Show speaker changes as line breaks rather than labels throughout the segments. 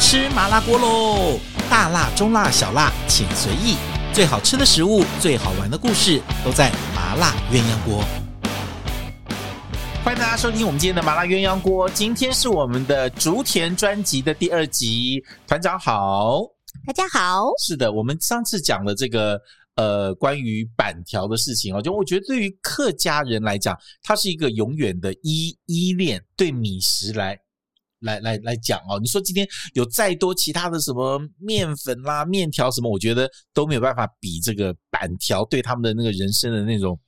吃麻辣锅喽！大辣、中辣、小辣，请随意。最好吃的食物，最好玩的故事，都在麻辣鸳鸯锅。欢迎大家收听我们今天的麻辣鸳鸯锅。今天是我们的竹田专辑的第二集，团长好。
大家好，
是的，我们上次讲了这个呃关于板条的事情哦，就我觉得对于客家人来讲，它是一个永远的依依恋，对米食来。来来来讲哦，你说今天有再多其他的什么面粉啦、面条什么，我觉得都没有办法比这个板条对他们的那个人生的那种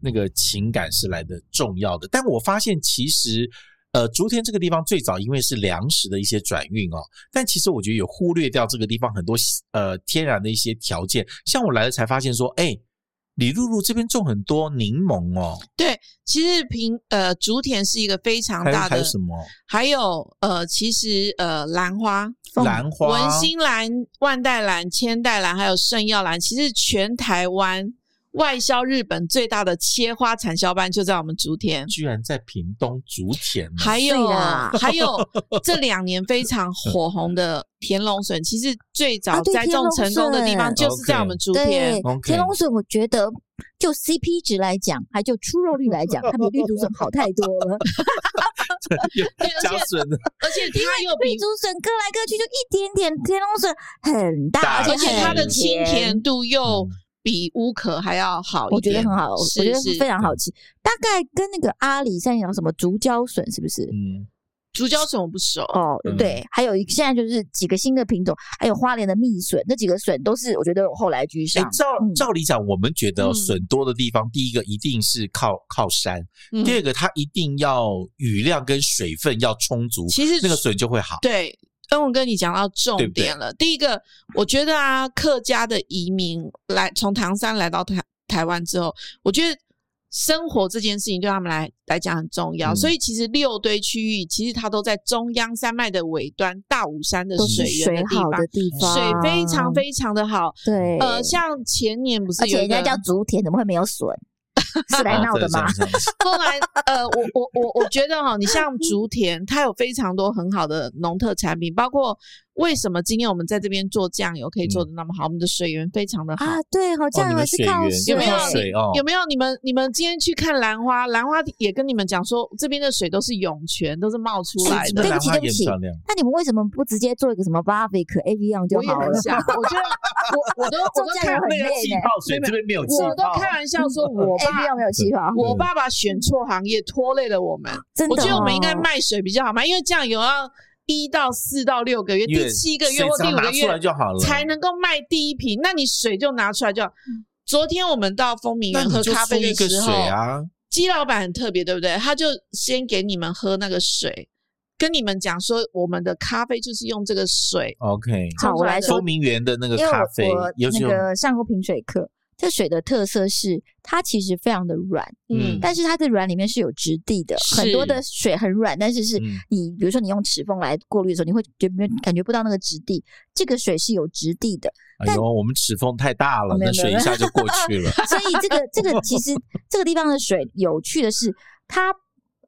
那个情感是来的重要的。但我发现其实，呃，竹田这个地方最早因为是粮食的一些转运哦，但其实我觉得有忽略掉这个地方很多呃天然的一些条件。像我来了才发现说，哎，李露露这边种很多柠檬哦，
对，其实平呃竹田是一个非常
还有
大
还
的
有，什么
还有呃其实呃兰花、
兰花、
文心兰、万代兰、千代兰，还有圣药兰，其实全台湾外销日本最大的切花产销班就在我们竹田。
居然在屏东竹田呢，
还有
是啦
还有这两年非常火红的田龙笋，其实最早
啊对
栽种
田龙
成功的地方
笋
就是在我们竹田。
对
OK
田龙笋，我觉得就 CP 值来讲，还就出肉率来 讲，它比绿竹笋好太多了。
加笋的
而且它又
绿
比
竹笋割来割去就一点点，田龙笋很
大
大，
而且它的
很
清甜度又
嗯
比乌壳还要好一
我觉得
点
很好，我
是
觉得
是
非常好吃。大概跟那个阿里山有什么竹胶笋是不是？
嗯，
竹胶笋我不熟，
哦
嗯，
对，还有一现在就是几个新的品种，还有花莲的蜜笋，那几个笋都是我觉得我后来居
哎
上，。
照
嗯
照理讲，我们觉得
嗯
笋多的地方，第一个一定是靠靠山，
嗯
第二个它一定要雨量跟水分要充足，
其实
那个笋就会好。
对。恩文哥，你讲到重
对不对
点了。第一个，我觉得啊，客家的移民来从唐山来到台台湾之后，我觉得生活这件事情对他们来来讲很重要。
嗯
所以其实六堆区域其实它都在中央山脉的尾端，大武山的
都是
水源
水
的地
好
方
的，地方，
水非常非常的好。
对，
呃，像前年不是
而
有
且
一
人
个
家叫竹田，怎么会没有 笋？是来
啊
闹的
这
吗？
这这这
后来，呃，我我我我觉得哈、你
嗯
像竹田，它有非常多很好的农特产品，包括为什么今天我们在这边做酱油可以
嗯
做的那么好，我们的水源非常的好。
啊，对，好
你
像
们
是
水
靠啊
源
水，
有没有
靠水哦？
有没有你们？你们今天去看兰花，兰花也跟你们讲说，这边的水都是涌泉，都是冒出来
真
的
的。
对
兰
不起
花
对不
也很
起
漂亮。
那你们为什么不直接做一个什么 Barvic A V 样就
我也
好
很
了？
想，我觉得我我都我都
做酱
看
油很
那个
累嗯哎
气
呢
泡水这边没有气
我都
泡，
开玩笑说， 我
，A
爸
V 样没有气泡，
嗯
我爸爸选错行业，拖累了我们。
真的
我
哦。
觉得我们应该卖水比较好卖，因为酱油要一到四到六个月，
因为
第七个月
水
或
只要
第五个
拿出来
月
就好了，
才能够卖第一瓶。那你水就拿出来就好。昨天我们到风明
那
园
你
喝
就
咖
出
啡
一
的
个
时
水
候，
啊，
鸡老板很特别，对不对？他就先给你们喝那个水，跟你们讲说我们的咖啡就是用这个水。
OK，
好，我来
对
说
说，明园的那个
因为
咖啡
我我，
尤其
那
有
个上过品水课，这水的特色是它其实非常的软，
嗯
嗯，
但是它的软里面是有质地的，很多
是
的水很软，但是是
嗯
你比如说你用齿缝来过滤的时候，你会觉没感觉不到那个质地，这个水是有质地的，
哎呦，我们齿缝太大了，
没
那
有
水
没
一
有
下就过去 了。
所以这个这个其实这个地方的水有趣的是，它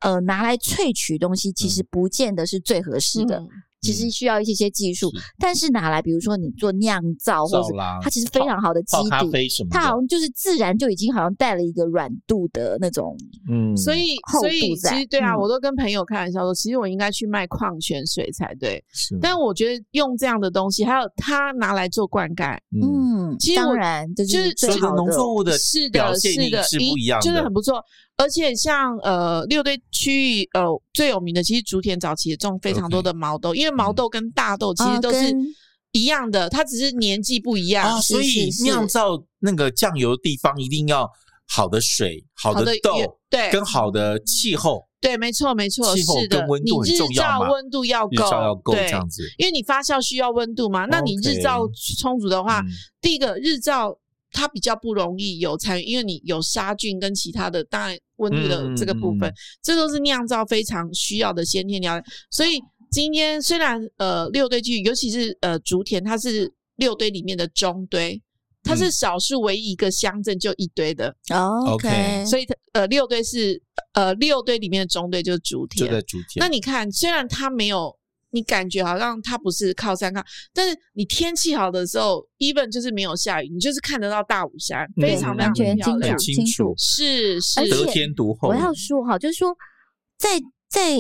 呃拿来萃取东西，其实不见得是最合适的，
嗯
其实需要一些些技术。
是
但是拿来比如说你做酿造或
造
者
啦
它其实非常好的基
泡咖
底，
啡什么
它好
的，
像就是自然就已经好像带了一个软度的那种。
嗯，
所以，
厚
所以
度
其
在
实对啊，
嗯
我都跟朋友开玩笑说，其实我应该去卖矿泉水才对。
是
但我觉得用这样的东西，还有它拿来做灌溉，
嗯，
嗯，
其实我
当然这
就是是
最
所以
好
农
的。
作物的
是
表
的，
现
是
力
的，
是
一
不一样
真
的
的很不错。而且像呃六堆区域呃最有名的，其实竹田早期也种非常多的毛豆，因为
嗯
毛豆跟大豆其
啊
实都是
跟
一样的，它只是年纪不一样
啊，。
是
所以
是是
酿造那个酱油地方一定要好的水、好
好
的
的也
豆
对
跟好的气候，
对，没错没错，
气候
是
跟
的
温，
你
度很
日
重要
照
嘛
温度要
日
够，
照要够这
对，
样子。
因为你发酵需要温度嘛。那你日照
OK
充足的话，
嗯
第一个日照它比较不容易有残余，因为你有杀菌跟其他的，当然温度的这个部分，
嗯嗯嗯
这都是酿造非常需要的先天条件。所以今天虽然呃六堆区，尤其是呃竹田，它是六堆里面的中堆。它
嗯
是少数唯一一个乡镇就一堆的，
嗯
OK
所以它呃六堆是呃六堆里面的中堆就是竹
就
田
在。竹田
那。你看，虽然它没有你感觉好像它不是靠山靠，但是你天气好的时候，even 就是没有下雨，你就是看得到大武山，非常非
完
常
全
漂
清
亮
很。嗯
楚
清楚
楚。
是是，
而
得
且
天独厚
我。要说哈，就是说，在在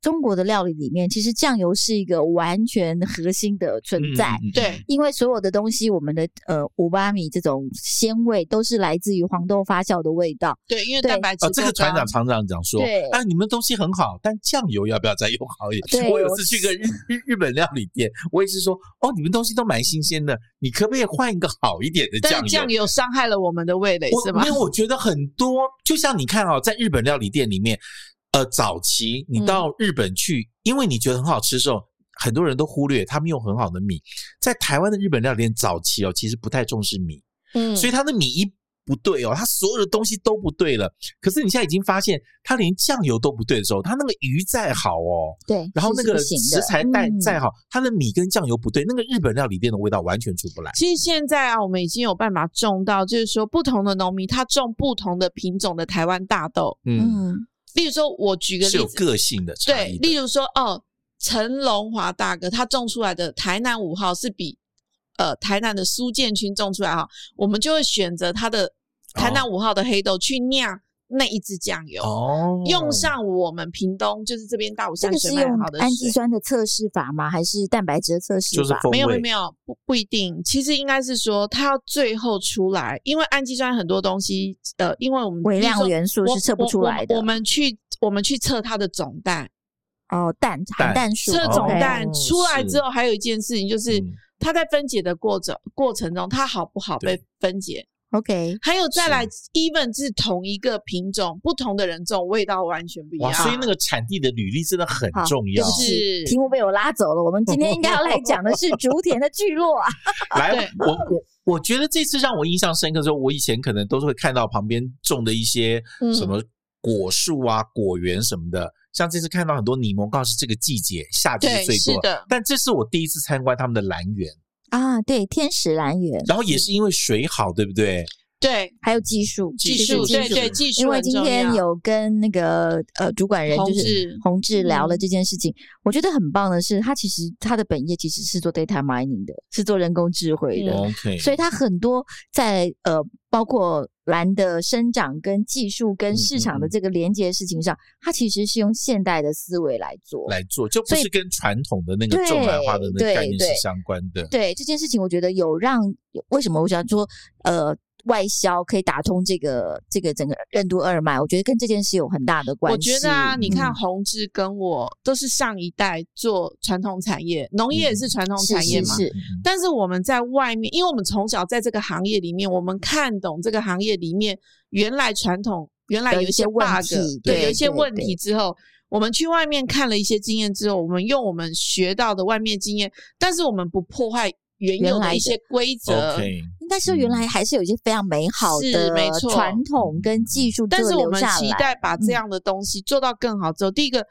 中国的料理里面，其实酱油是一个完全核心的存在。
嗯，
对
因为所有的东西，我们的呃五巴米这种鲜味，都是来自于黄豆发酵的味道。
对，因为
对
蛋白质
啊，这个
够高
船长常常讲说
对，
啊，你们东西很好，但酱油要不要再用好一点？
对
我有
我
次去个日日日本料理店，我也是说，哦，你们东西都蛮新鲜的，你可不可以换一个好一点的
但
酱
是
油？
酱油伤害了我们的味蕾，
我
是吗
没？有，我觉得很多，就像你看哦，在日本料理店里面，呃，早期你
嗯
到日本去，因为你觉得很好吃的时候，很多人都忽略他们用很好的米。在台湾的日本料理店早期哦，其实不太重视米，
嗯
所以它的米一不对哦，它所有的东西都不对了。可是你现在已经发现，它连酱油都不对的时候，它那个鱼再好哦，
对，
然后
是
那
是不
个
行
食
的
材再
嗯
再好，它的米跟酱油不对，那个日本料理店的味道完全出不来。
其实现在啊，我们已经有办法种到，就是说不同的农民他种不同的品种的台湾大豆。
嗯，
嗯，
例如说，我举个
是
例
有
子，
个性的差
对
异，的。
例如说，哦，陈龙华大哥他种出来的台南五号是比呃台南的苏建群种出来哈，我们就会选择他
哦
的台南五号的黑豆去酿那一支酱油，
哦，
用上我们屏东就是这边大武
这
山
个
水
是
脉很
用
好的
氨
水
基。酸的测试法吗？还是蛋白质的测试法？
就是风
没有没
味
有没有不不一定，其实应该是说它要最后出来，因为氨基酸很多东西，呃，因为我们
微
比如
量
说
元素
我
是测不
我
出
我
来的
我们去我们去测它的总蛋，
哦，蛋
蛋
含蛋数，
测总
OK
蛋
哦
出来之
是
后，还有一件事情就是
嗯
它在分解的过程过程中，它好不好
对
被分解？
OK，
还有再来，even 是同一个品种，不同的人种味道完全不一
哇，
样。
所以那个产地的履历真的很
好
重
对
要
不。起
是，
题目被我拉走了。我们今天应该要来讲的是竹田的聚落啊，
来
对，
我我我觉得这次让我印象深刻的时候，我以前可能都是会看到旁边种的一些
嗯
什么果树啊、果园什么的。像这次看到很多柠檬，告是这个季节夏季是
对
最
是
多
的
但这是我第一次参观他们的兰园，
啊，对，天使蓝园，
然后也是因为水好，对不对？
对
还有技术，
技
其
技
实
术，
术
对
技术
对技术
因为
很
今
重
天
要。
有跟那个呃主管人就
同
是
志
洪志聊了
嗯
这件事情，我觉得很棒的是，他其实他的本业其实是做 data mining 的，是做人工智慧的，
嗯
OK，
所以它很多在呃，包括蓝的生长跟技术跟市场
嗯
的
嗯嗯
这个连接事情上，它其实是用现代的思维来做。
来做就不
所以
是跟传统的那个种兰花的那个
对
概念是
对
相关的。
对这件事情，我觉得有让有为什么我想说呃。外销可以打通这个这个整个任督二脉，我觉得跟这件事有很大的关系。
我觉得啊，你看
嗯
宏志跟我都是上一代做传统产业，农业也是传统产业
是
嘛。
嗯
是
嗯
但是我们在外面，因为我们从小在这个行业里面，我们看懂这个行业里面原来传统原来
有
有
一些问
bug，
题
对，
对
有一些
对
问
对
题之后，我们去外面看了一些经验之后，我们用我们学到的外面经验，但是我们不破坏原
原
有
来
的一
的
些规则。
嗯 OK，嗯
应该是原来还是有一些非常美好
嗯是
的
没错
传统跟技术这
但
个
是我
留
们
下来，嗯
期待把这样的东西做到更好之后，第一个，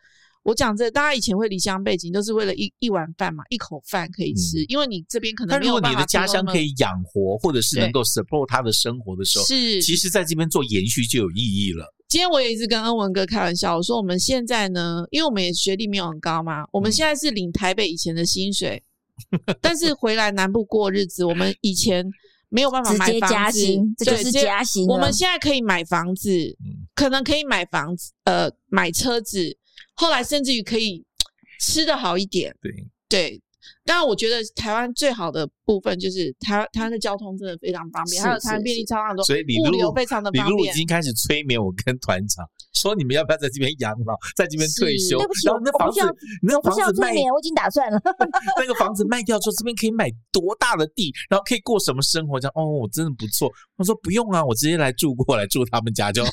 我讲这大家以前会离乡背景，都是为了一一碗饭嘛，一口饭可以吃，
嗯
因为你这边可能
但
没
如
有
果
办
你
法
的家乡可
以
以养活，或者是
对
能够 support 他的生活的时候，
是
其实在这边做延续就有意义了。
今天我也一直跟恩文哥开玩笑，我说我们现在呢，因为我们也学历没有很高
嗯
嘛，我们现在是领台北以前的薪水， 但是回来南部过日子，我们以前没有办法
直
买
接
房
加
子
薪，这就
对
是
直接
加薪了。
我们现在可以买房子，
嗯
可能可以买房子，呃，买车子，后来甚至于可以吃的好一点，
对，
对。当然，我觉得台湾最好的部分就是台湾台湾的交通真的非常方便，
是
还有台湾
是
便利
是
超商很多，
所以李
物
璐
流非常的
李
方
璐已
便。
经开始催眠我跟团长，说你们要不要在这边养老，在这边退休？
对不起，
然
我
后
我
那房
不需
子
要，，
你那
我不需要
房子
催
卖，
眠，我已经打 算了。
那个房子卖掉之后，这边可以买多大的地，然后可以过什么生活？这样哦，真的不错。我说不用啊，我直接来住过来住他们家就好。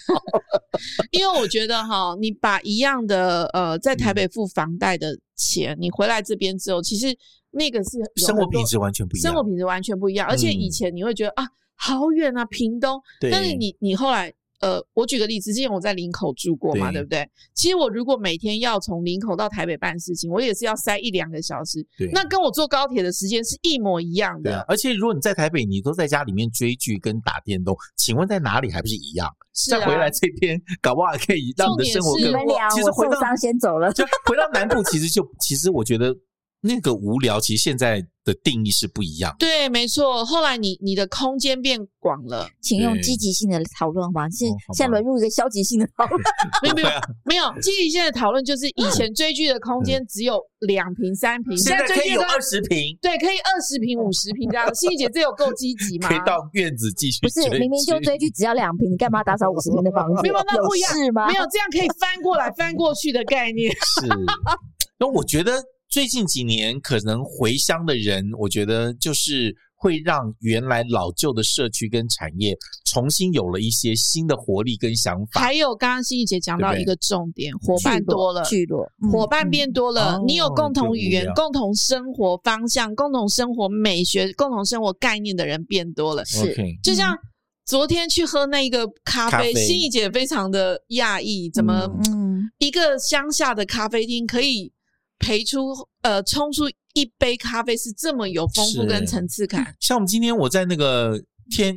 因为我觉得哈，你把一样的呃，在
嗯
台北付房贷的钱，你回来这边之后，其实那个是有
生活
很多
品质完全不一样。
生活品质完全不一样。而且以
嗯
前你会觉得啊，好远啊，屏东，
对
但是你你后来呃，我举个例子，之前我在林口住过嘛，
对
对不对？其实我如果每天要从林口到台北办事情，我也是要塞一两个小时，
对
那跟我坐高铁的时间是一模一样
对
的。
啊，而且如果你在台北，你都在家里面追剧跟打电动，请问在哪里还不是一样？
是
再
啊
回来这边，搞不好还可以让你的生活更
你
重点是
们聊，
其实
我
回
受
到
伤先走了。
就回到南部，其实就其实我觉得那个无聊，其实现在的定义是不一样的。
对，没错。后来你你的空间变广了，
请用
对
积极性的讨论好吗？现
哦好吧
现在沦入一个消极性的讨 论。
没有没有
对啊
没有。 积极现在讨论就是以前追剧的空间只有两平三平，
嗯现在
追
可以
剧
有
都
二十平，
对，可以二十平、五十平这样。欣怡姐，这有够积极吗
可？以到院子继续
不
追
是
剧。，
明明就追剧只要两瓶，你干嘛打扫五十瓶的房子？
没有那
有
不一样
事吗？
没有这样可以翻过来翻过去的概念。
是，那我觉得最近几年可能回乡的人，我觉得就是会让原来老旧的社区跟产业重新有了一些新的活力跟想 法。
还有刚刚欣怡姐讲到一个重点，伙伴多了。
聚落，嗯
伙伴变多了，
嗯
你有共同语言
哦、
共同生活方向、共同生活美学、共同生活概念的人变多了。
是
OK，
就像昨天去喝那一个咖
嗯咖
啡，
啡
心怡姐非常的讶异，怎么
嗯，
一个乡下的咖啡厅可以陪出呃冲出一杯咖啡是这么有丰富
是
跟层次感？
像我们今天我在那个天。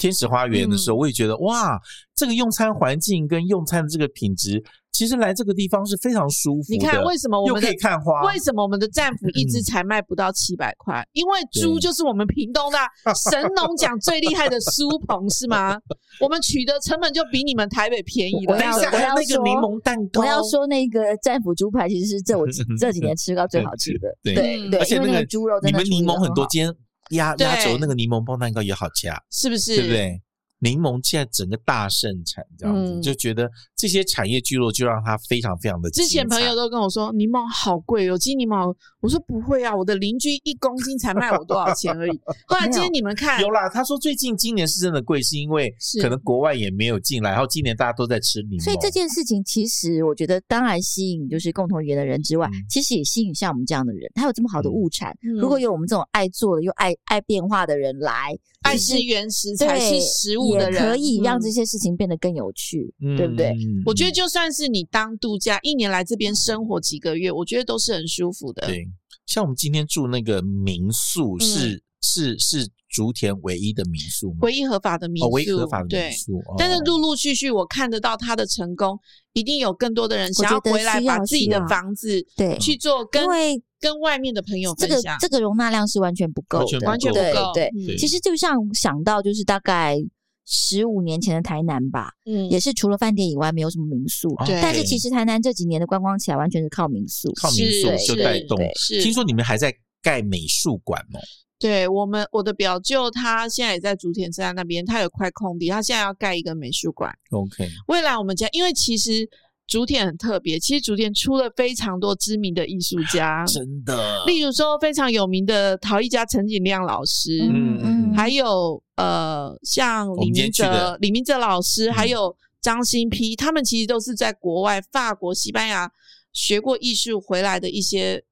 天使花园的时候，
嗯
我也觉得哇，这个用餐环境跟用餐的这个品质，其实来这个地方是非常舒服的。
你看为什么我
又
们
可
的
以看花，
为什么我们的战斧一只才卖不到七百块？因为猪
对
就是我们屏东的 啊神农奖最厉害的苏鹏是吗？我们取得成本就比你们台北便宜
我
了。
等
要
一下
我
还有
要
那个
说
柠檬蛋糕，
我要说那个战斧猪排，其实是 这我这几年吃到最好吃的。
对
嗯
对对，
而且
因为
那
那
个
个猪肉
你
真的
们
处理
柠
得
檬很多
好，
今天压
对
压轴那个柠檬包蛋糕也好吃啊，
是不是？
对不对？柠檬现在整个大盛产，这样子、
嗯
就觉得这些产业聚落就让它非常非常的
之前
精
朋
彩
友都跟我说柠檬好贵，哦有机柠檬好。我说不会啊，我的邻居一公斤才卖我多少钱 而已。后来今天你们看
有，啦，他说最近今年是真的贵，是因为
是
可能国外也没有进来，然后今年大家都在吃柠檬，
所以这件事情其实我觉得，当然吸引就是共同语言的人之外
嗯，
其实也吸引像我们这样的人，他有这么好的
嗯
物产。
嗯
如果有我们这种爱做的又爱爱变化的人来，
爱
就是
吃原食材、
对
吃食物的人，
也可以让这
嗯
些事情变得更有趣，对不对？
嗯
我觉得就算是你当度假，一年来这边生活几个月，我觉得都是很舒服的。
对，像我们今天住那个民宿
嗯
是、是是竹田唯一的民宿吗？
唯一合法的民
哦，
宿，
唯一合法的
对
民。宿，哦
但是陆陆续续，我看得到他的成功，一定有更多的人想要
我觉得
回来，
需要
把自己的
需要
房子
对，
去做跟
因为
跟外面的朋友
这
分
个
享，
这个容纳量是完全不够
完全
的，
不
完全不
对
够。
对。
嗯
对
其实就像想到就是大概十五年前的台南吧，
嗯
也是除了饭店以外没有什么民宿，
哦
对
但是其实台南这几年的观光起来完全是靠民宿。
靠民
是
宿
对
就是带动。
对
是
听说你们还在盖美术馆哦，
对我们我的表舅他现在也在竹田站那边，他有块空地，他现在要盖一个美术馆。
OK，
未来我们家，因为其实竹田很特别，其实竹田出了非常多知名的 艺术家，
真的，
例如说非常有名的陶艺家陈景亮老师，
嗯嗯
还有呃像
们今
李
天
明
去的
哲、李明哲老师，
嗯
还有张新批，他们其实都是在国外法国、西班牙学过艺术回来的一些嘖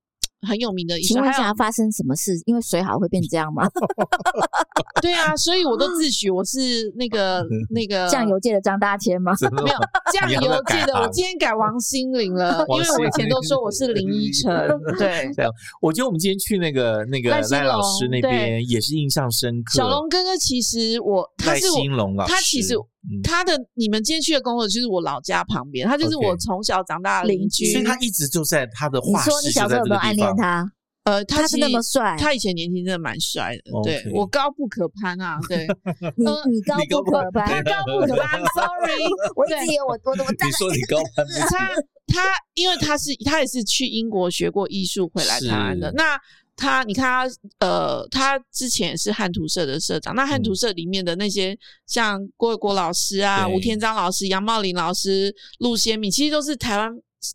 很有名的艺术
请
家。
问一
还有
下，发生什么事？因为水好会变这样吗？
呃
对啊，所以我都自诩我是 那个那个
酱油界的张大千吗？
真的
没有
吗
酱
你要不
油
要
界
改
的，我
行
今天改王心凌了，因
王
为
心
我以前
凌
都说我是林依晨， 对。
我觉得我们今天去那个那个
赖兴
赖老师
隆
那边也是印象深刻。
小龙哥哥其实我他
赖
是我
兴隆老师，
他其实
嗯
他的你们今天去的工作就是我老家旁边，他就是
OK
我从小长大的邻
邻
所
居
以。他一直就在他的
你
画室，
说你小时候有没有暗恋？他？
呃，
他
其
是
实
那么帅，
他以前年轻真的蛮帅的，对
OK
我高不可攀啊，对
你
呃
你高
你高
不
不
可
他
攀。
高不可 攀，sorry，
我一直
对
以为我我我我
你说你高攀不起
他他因为他是他也是去英国学过艺术回来
是
台湾的，那。他，你看他，呃，他之前也是汉图社的社长。那
嗯
汉图社里面的那些，像郭伟国老师啊、
对
吴天章老师、杨茂林老师、陆先敏，其实都是台湾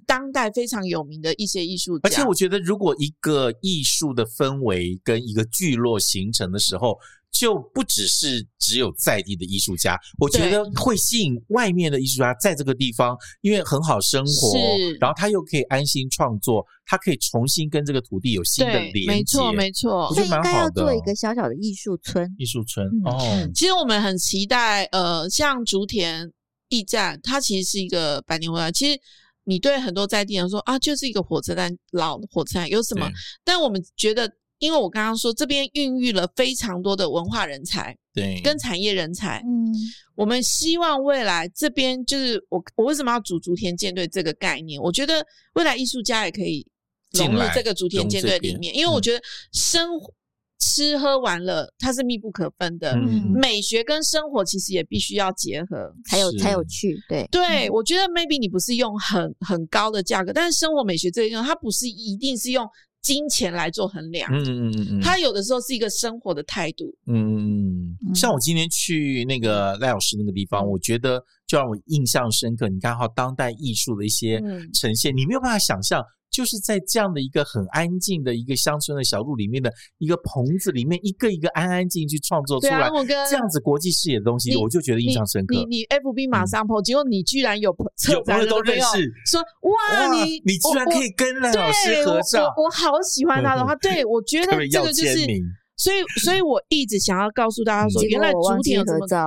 当代非常有名的一些艺术家。
而且我觉得，如果一个艺术的氛围跟一个聚落形成的时候，就不只是只有在地的艺术家，我觉得会吸引外面的艺术家在这个地方，因为很好生活
是，
然后他又可以安心创作，他可以重新跟这个土地有新的
对，
连接。
没错，没错
我。觉
所
得
以
蛮
应该
好
要
的
做一
哦
个小小的艺术村。
艺术村
嗯
哦，
其实我们很期待，呃，像竹田驿站，它其实是一个百年文化。其实你对很多在地人说啊，就是一个火车站，老火车站有什么？但我们觉得，因为我刚刚说这边孕育了非常多的文化人才
对，
跟产业人才，
嗯
我们希望未来这边就是我，我为什么要组竹田舰队这个概念？我觉得未来艺术家也可以融
进
入
来
这个竹田舰队里
融这
面，
边
因为我
嗯
觉得生活、吃喝玩乐它是密不可分的，
嗯
美学跟生活其实也必须要结合。
才有才有
是
趣，对
嗯
对，我觉得 maybe 你不是用很很高的价格，但是生活美学这一种，它不是一定是用金钱来做衡量，
嗯嗯嗯嗯，
它有的时候是一个生活的态度。
嗯，
嗯
像我今天去那个赖老师那个地
嗯
方，我觉得就让我印象深刻。你看哈，当代艺术的一些
嗯
呈现，你没有办法想象，就是在这样的一个很安静的一个乡村的小路里面的一个棚子里面，一个一个安安静静去创作出
对
来、
啊，我跟
这样子国际视野的东西，
你
我就觉得印象深刻嗯
你。你 FB 马上 PO，、结果你居然有
有
策
朋
展
友
人的
都认
朋友
识，
说哇你
你居然
我
可以跟赖
我
老师
对
合
我
照，
我我好喜欢他的 话，对我觉
特
得
别
这
要
个就
签
是，
名。
所以所以我一直想要告诉大家说，
嗯
结
原
果
来
我忘
竹
记
田有这
合
么
照，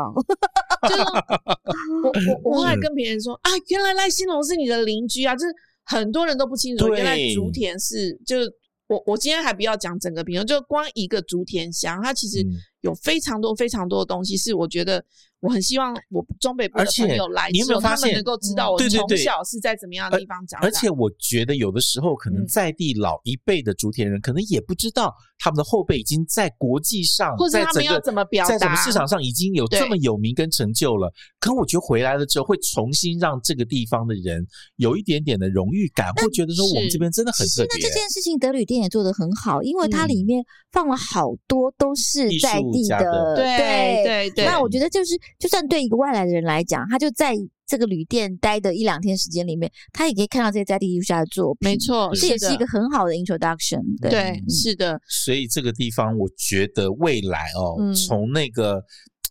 就是我我我后来
是
跟别人说啊，原来赖兴隆是你的邻居啊，就是很多人都不清楚，
对
原来竹田是就是我我今天还不要讲整个屏东，就光一个竹田乡，它其实
嗯
有非常多非常多的东西，是我觉得我很希望我中北部的
而且
朋友来
你
之
有没有
后，
发
他们
现
能够知
嗯
道我
对对
从
对
小是在怎么样的地方长大，
而且我觉得有的时候，可能
嗯
在地老一辈的竹田人，可能也不知道他们的后辈已经在国际上，
或者
在
他
整
们要
个
怎么表
在什么
达
市场上已经有这
对
么有名跟成就了。可我觉得回来了之后，会重新让这个地方的人有一点点的荣誉感，会觉得说我们
是
这边真的很
其实
特
呢，
别
这。件事情德旅店也做得很好，因为它
嗯
里面放了好多都是
艺
在
术
地
家
的，
的
对对对，
那我觉得就是，就算对一个外来的人来讲，他就在这个旅店待的一两天时间里面，他也可以看到这些在地艺术家的作品。
没，错，
这也
的
是一个很好的 introduction 对。
对
嗯
是的，
所以这个地方，我觉得未来哦，
嗯
从那个。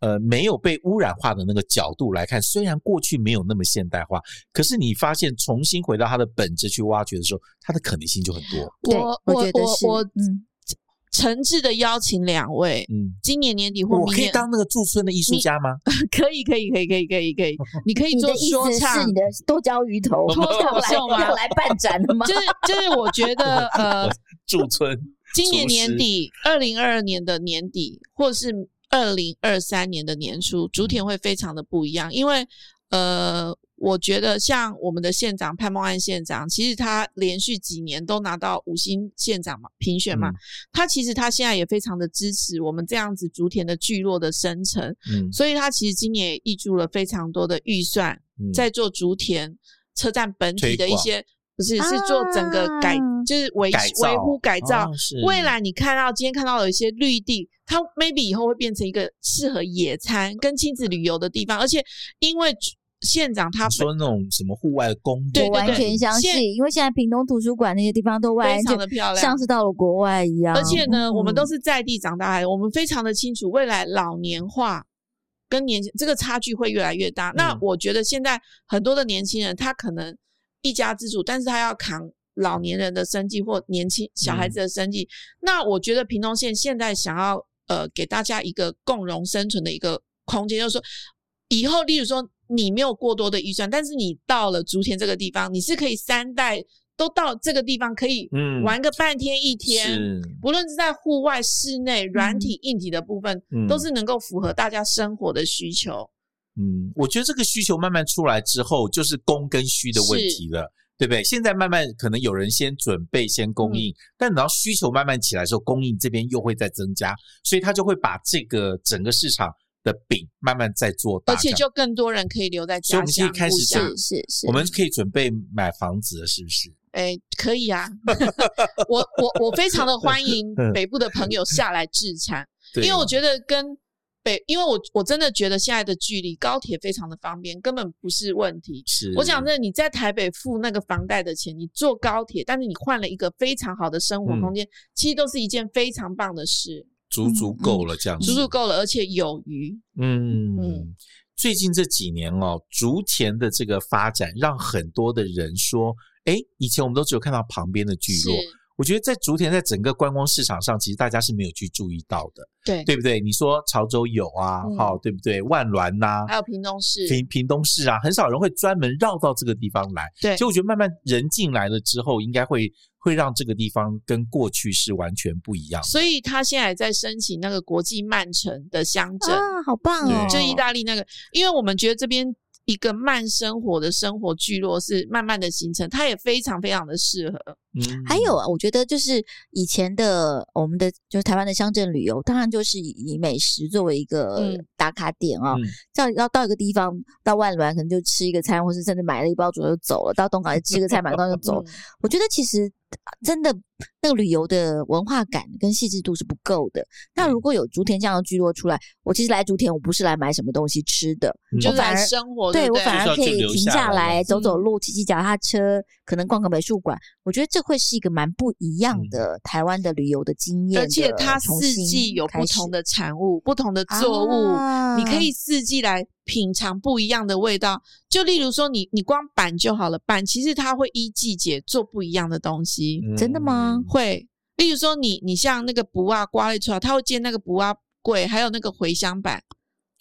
呃，没有被污染化的那个角度来看，虽然过去没有那么现代化，可是你发现重新回到它的本质去挖掘的时候，它的可能性就很多。
对
我
我
我
觉得是
我
嗯
诚挚的邀请两位，
嗯，
今年年底或
我
明
可以
年
当那个驻村的艺术家 吗？
可以可以可以可以可以 可以，你可以
你
做
的意
说
思是
唱
你，的多焦鱼头
脱口
要来
秀吗
要来办展了 吗？
就是就是我觉得 呃，
驻 村，
今年
厨师
年底，二零二二年的年底，或是二零二三年的年初，竹田会非常的不一样，因为呃，我觉得像我们的县长潘孟安县长，其实他连续几年都拿到五星县长嘛评选嘛，
嗯
他其实他现在也非常的支持我们这样子竹田的聚落的生成，
嗯
所以他其实今年也挹注了非常多的预算，
嗯
在做竹田车站本体的
推
一
广
些，不是是做整个改，
啊
就是维
改造
维护改造。
哦是
未来你看到今天看到有一些绿地，它 maybe 以后会变成一个适合野餐跟亲子旅游的地方，而且因为竹县长他
你说那种什么户外公园，
对对
我完全相
现
信，因为现在屏东图书馆那些地方都完
非常
全
的漂亮
像。是到了国外一样。
而且呢，我们
嗯
都是在地长大的，我们非常的清楚未来老年化跟年轻这个差距会越来越大。那
嗯
我觉得现在很多的年轻人，他可能一家之主，但是他要扛老年人的生计或年轻小
嗯
孩子的生计。那我觉得屏东县现在想要呃给大家一个共荣生存的一个空间，就是说以后，例如说你没有过多的预算，但是你到了竹田这个地方，你是可以三代都到这个地方可以
嗯
玩个半天一天。
是
不论是在户外、室内、软体、硬体的部分，
嗯
都是能够符合大家生活的需求。
嗯，我觉得这个需求慢慢出来之后，就是供跟需的问题了。对不对？现在慢慢可能有人先准备，先
嗯
供应，但等到需求慢慢起来的时候，供应这边又会再增加，所以他就会把这个整个市场的饼慢慢再做大。
而且就更多人可以留在
所以我
家
们
乡
就开
故
始
乡
讲
是是是，
我们可以准备买房子了，是不是？
哎，可 以啊，我我我非常的欢迎
嗯
北部的朋友下来自产，因
对哦啊
为我觉得跟北，因为我我真的觉得现在的距离高铁非常的方便，根本不是问题。
是，
我讲真的，你在台北付那个房贷的钱，你坐高铁，但是你换了一个非常好的生
嗯
活空间，其实都是一件非常棒的事，
足足够了，这样子
嗯足
嗯
足够了，而且有余。
嗯
嗯，
最近这几年哦，竹田的这个发展让很多的人说，诶，以前我们都只有看到旁边的聚
是
落，我觉得在竹田在整个观光市场上，其实大家是没有去注意到的，
对，
对不对？你说潮州有啊，
嗯
好、对不对？万峦
哎
呐、
还有屏东市，
屏屏东市啊，很少人会专门绕到这个地方来。
对
其实我觉得慢慢人进来了之后，应该会会让这个地方跟过去是完全不一样的。
所以他现在也在申请那个国际曼城的乡镇，
啊，好棒哦！
就意大利那个，因为我们觉得这边一个慢生活的生活聚落是慢慢的形成，它也非常非常的适合。
嗯
还有啊，我觉得就是以前的我们的就是台湾的乡镇旅游，当然就是以以美食作为一个
嗯
打卡点哦。
嗯
像要到一个地方，到万峦可能就吃一个餐，或是甚至买了一包左右就走了；到东港就吃个菜，买个东西就走。
嗯
我觉得其实啊真的那个旅游的文化感跟细致度是不够的。那如果有竹田这样的聚落出来，我其实来竹田，我不是来买什么东西吃的，
嗯
就
我
是
反
来
而
生活，
对
不
我
哦对？
反
就是要
而可
去
以
留
停
下
下
来
来走走
嗯
路，骑骑脚踏车，可能逛个美术馆。我觉得这会是一个蛮不一样
嗯
的台湾的旅游的经验的
而
重新
且
开始，
它四季有不同的产物、不同的作物，
啊
你可以四季来品尝不一样的味道。就例如说你，你光板就好了，板其实它会依季节做不一样的东西，
真的吗
嗯
会。例如说你，你像那个卜啊瓜类出来，它会煎那个卜啊桂，还有那个茴香板，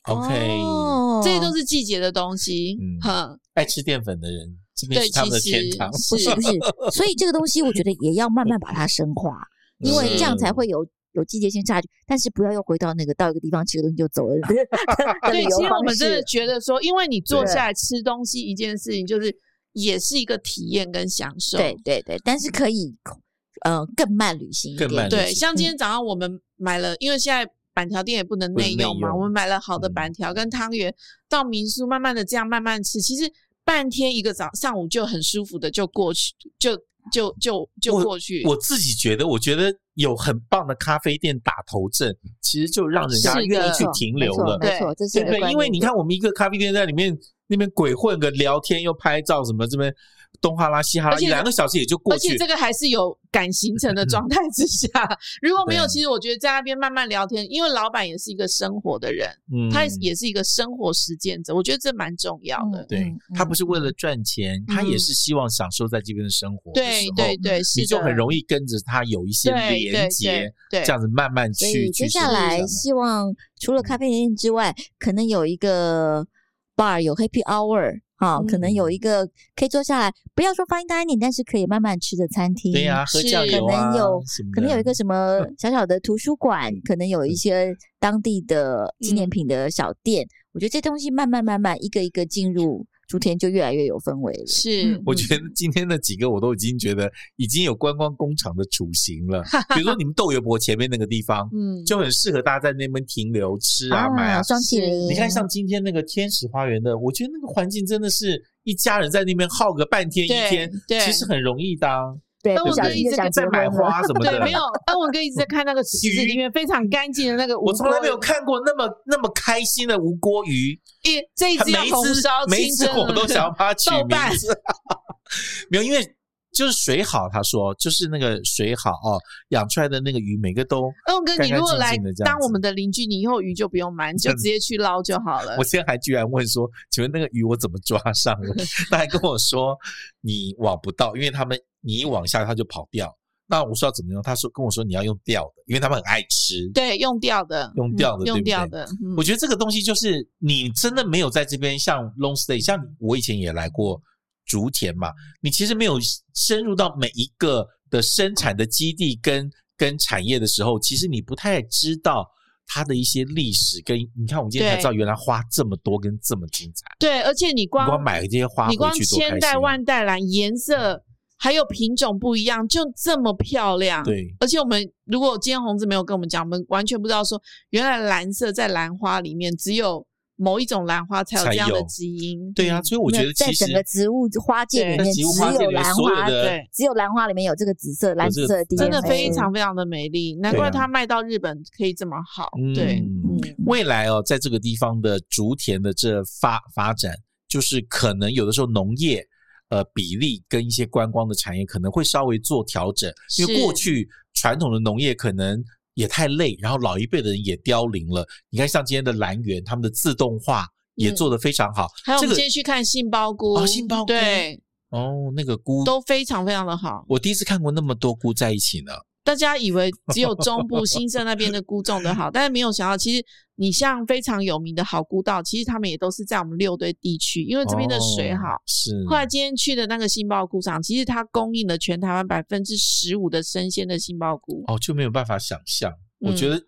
？OK，、
哦
这些都是季节的东西。
嗯
哼，
爱吃淀粉的人，这边
对，
是他们的
其
天堂。
不
实
是不
是
是，所以这个东西我觉得也要慢慢把它深化，因为
嗯
这样才会有。有季节性差距，但是不要又回到那个到一个地方吃个东西就走了的旅
对。
游
其实我
方
们真的
式。
觉得说，因为你坐
对
下来吃东西一件事情，就是也是一个体验跟享受。
对对对，但是可以呃更慢旅行一
更
点
慢旅
对，
行
像今天早上我们买了，因为现在板条店也不能
嗯不能
内
内
用嘛，
用
我们买了好的
嗯
板条跟汤圆，到民宿慢慢的这样慢慢吃，其实半天一个早上午就很舒服的就过去，就就就就过去。
我自己觉得，我觉得有很棒的咖啡店打头阵，
嗯
其实就让人家
是的
愿意去
没错
停留了，
没错，没错这
对
是一
不
个
对？
观
因为
念
你看，我们一个咖啡店在里面那边鬼混个聊天，又拍照什么，这边东哈拉西哈拉，
而且
一两个小时也就过
而
去
且。这个还是有赶行程 的状态之下，如果没有，
对啊
其实我觉得在那边慢慢聊天，因为老板也是一个生活的人，
嗯
他也是一个生活实践者，我觉得这蛮重要的。
嗯
对
嗯
他不是为了赚钱，他也是希望享受在这边的生活的
嗯对
时候，
对对，是
你就
的
很容易跟着他有一些
对
连
对
接，
对
这样子慢慢
所
去
以
去
接
深
下
入
来
想
希望除了咖啡店之外，可能有一个 bar 有 happy hour 哈、可能
嗯
有一个可以坐下来，不要说 fine dining，但是可以慢慢吃的餐厅。
对呀、喝
是
酱
可
油啊
能有
什么的，
可能有一个 什么小小的图书馆，可能
嗯
有一些当地的纪念
嗯
品的小店。我觉得这东西慢慢慢慢一个一个进入竹田，就越来越有氛围了。
是
嗯，
我觉得今天的几个我都已经觉得已经有观光工厂的雏形了，比如说你们豆油博前面那个地 方，
嗯，
就很适合大家在那边停留吃啊、买啊。
双麒
是
麟，
你看，像今天那个天使花园的，我觉得那个环境真的是一家人在那边耗个半天一
对
天，
对
其实很容易的啊。
对，
那
不
我
小
跟
心就
你这
想
个
结
在
婚
买
了。
花什么
对，
的，
没有。安文哥一直在看那个池子里面非常干净的那个无
我从来没
锅
有看过那么那么开心的无锅鱼，
鱼，一这一
它
只要
每一
红
只
烧
每一
清
只
蒸
我
的
都想要把它 取
豆瓣
名字， 没有，因为就是水好，他说就是那个水好哦，养出来的那个鱼每个都，
安嗯文哥，你如果
干干
来
净净的这样
当我们的邻居，你以后鱼就不用买，你就直接去捞就好了
我。现在还居然问说，请问那个鱼我怎么抓上 了？他还跟我说你网不到，因为他们你一网下它就跑掉。那我说要怎么用？他说跟我说你要用钓的，因为他们很爱吃。
对，用掉的，
用掉的对不
嗯
对
用掉的。嗯
我觉得这个东西就是你真的没有在这边像 long stay，像我以前也来过竹田嘛，你其实没有深入到每一个的生产的基地跟跟产业的时候，其实你不太知道它的一些历史跟你看，我们今天才
对
知道原来花这么多跟这么精彩，
对，而且你
你光
光
买这些花
你光
回去多开
千
心
代
啊，嗯
万代兰颜色还有品种不一样，就这么漂亮。
对，
而且我们如果今天红子没有跟我们讲，我们完全不知道说，原来蓝色在兰花里面只有某一种兰花才有
才
这样的
有
基因。
对啊，
嗯
所以我
没有
觉得
在
其实
整个植物花界里
对
在
面，
植物花
只
界
有
里面
兰
所有
花
的
对，
只有兰花里面有这个紫色、蓝
这个
色的 DNA，
真的非
嗯
常非常的美丽，难
对
怪
啊
它卖到日本可以这么好。
嗯
对，
嗯未来哦，在这个地方的竹田的这发发展，就是可能有的时候农业呃比例跟一些观光的产业可能会稍微做调整，因为
是
过去传统的农业可能。也太累，然后老一辈的人也凋零了。你看，像今天的兰园，他们的自动化也
嗯
做得非常好。
还有我
这个
们今天去看杏鲍菇，
哦杏鲍菇
对，
哦，那个菇
都非常非常的好。
我第一次看过那么多菇在一起呢。
大家以为只有中 部新社那边的菇种的好，但是没有想到，其实你像非常有名的好菇道，其实他们也都是在我们六堆地区，因为这边的水好
哦。是，
后来今天去的那个杏鲍菇厂，其实它供应了全台湾百分之十五的生鲜的杏鲍菇。
哦，就没有办法想象。
嗯
我觉得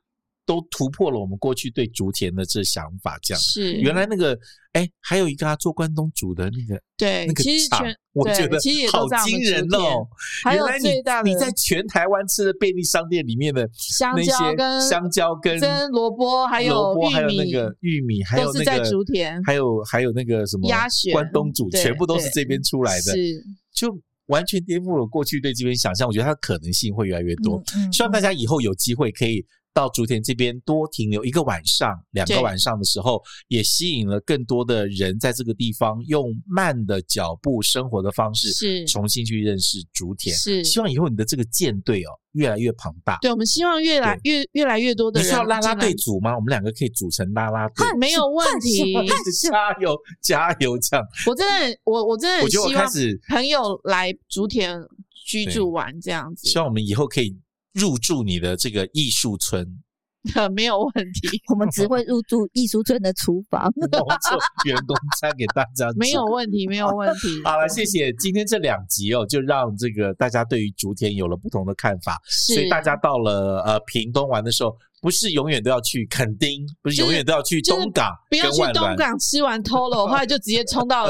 都突破了我们过去对竹田的这想法。这样，
是
原来那个，哎，还有一个他做关东煮的那个
对
那，个
哎其实
厂
全
我
对
觉得
其实也
好
都在我们
惊
竹
人
田
哦。
还有
原来你
最大的
你在全台湾吃的便利商店里面的
香
那
蕉跟
些香蕉跟
跟萝卜还有
萝卜，还有
玉
那
米
个玉米，还有
都
那
是在
个
竹田
还有还有那个什么
鸭血
关东煮，
对
全部都是
对
这边出来的，
是
就完全颠覆了过去对这边想象。我觉得它的可能性会越来越多。
嗯
希望大家以后有机会可以到竹田这边多停留一个晚上、两个
对
晚上的时候，也吸引了更多的人在这个地方用慢的脚步生活的方式，
是
重新去认识竹田。
是
希望以后你的这个舰队哦越来越庞大。
对，我们希望越来越越来越多的
你
人
是要拉拉
进来
队组吗？我们两个可以组成拉拉队，
没有问题。
加油加油！这样，
我真的很，我我真的
我
很
觉得我
希望
开始
朋友来竹田居住玩这样子
希，望我们以后可以入住你的这个艺术 村，
没有问题，
我们只会入住艺术村的厨房。
然后做员工餐给大家吃。
没有问题，没有问题。
好了，谢谢今天这两集哦，就让这个大家对于竹田有了不同的看法，
是
所以大家到了呃屏东玩的时候，不是永远都要去垦丁，不是
就是
永远都要去
就是
东港
不
跟
要去
万
东
峦，
港吃 完 Tolo，后来就直接冲到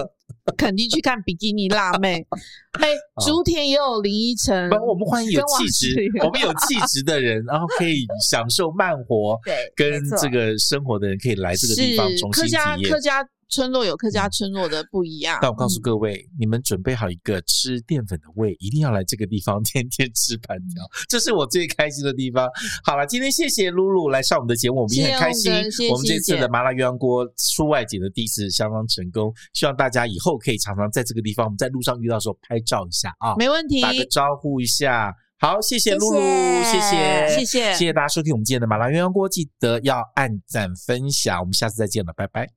垦丁去看比基尼辣妹。哎，竹田也有林依晨
不，，我们欢迎有
跟王
气质
志，
我们有气质的人，然后可以享受慢 活
对，
跟
没错
这个生活的人，可以来这个地
是
方重
客
新
家
体验
客。家村落有客家村落的不一样。
但我告诉各位，你们准备好一个吃淀粉的胃，一定要来这个地方，天天吃板条，这是我最开心的地方。好了，今天谢谢露露来上我们的节目，我们也很开心
谢谢我们的谢。谢
我们这次
谢
的
谢
麻辣鸳鸯锅出外景的第一次相当成功，希望大家以后可以常常在这个地方，我们在路上遇到的时候拍照一下啊，
没问题，
打个招呼一下。好，谢谢
谢
露露，谢谢，
谢谢
谢谢大家收听我们今天的麻辣鸳鸯锅，记得要按赞分享，我们下次再见了，拜拜。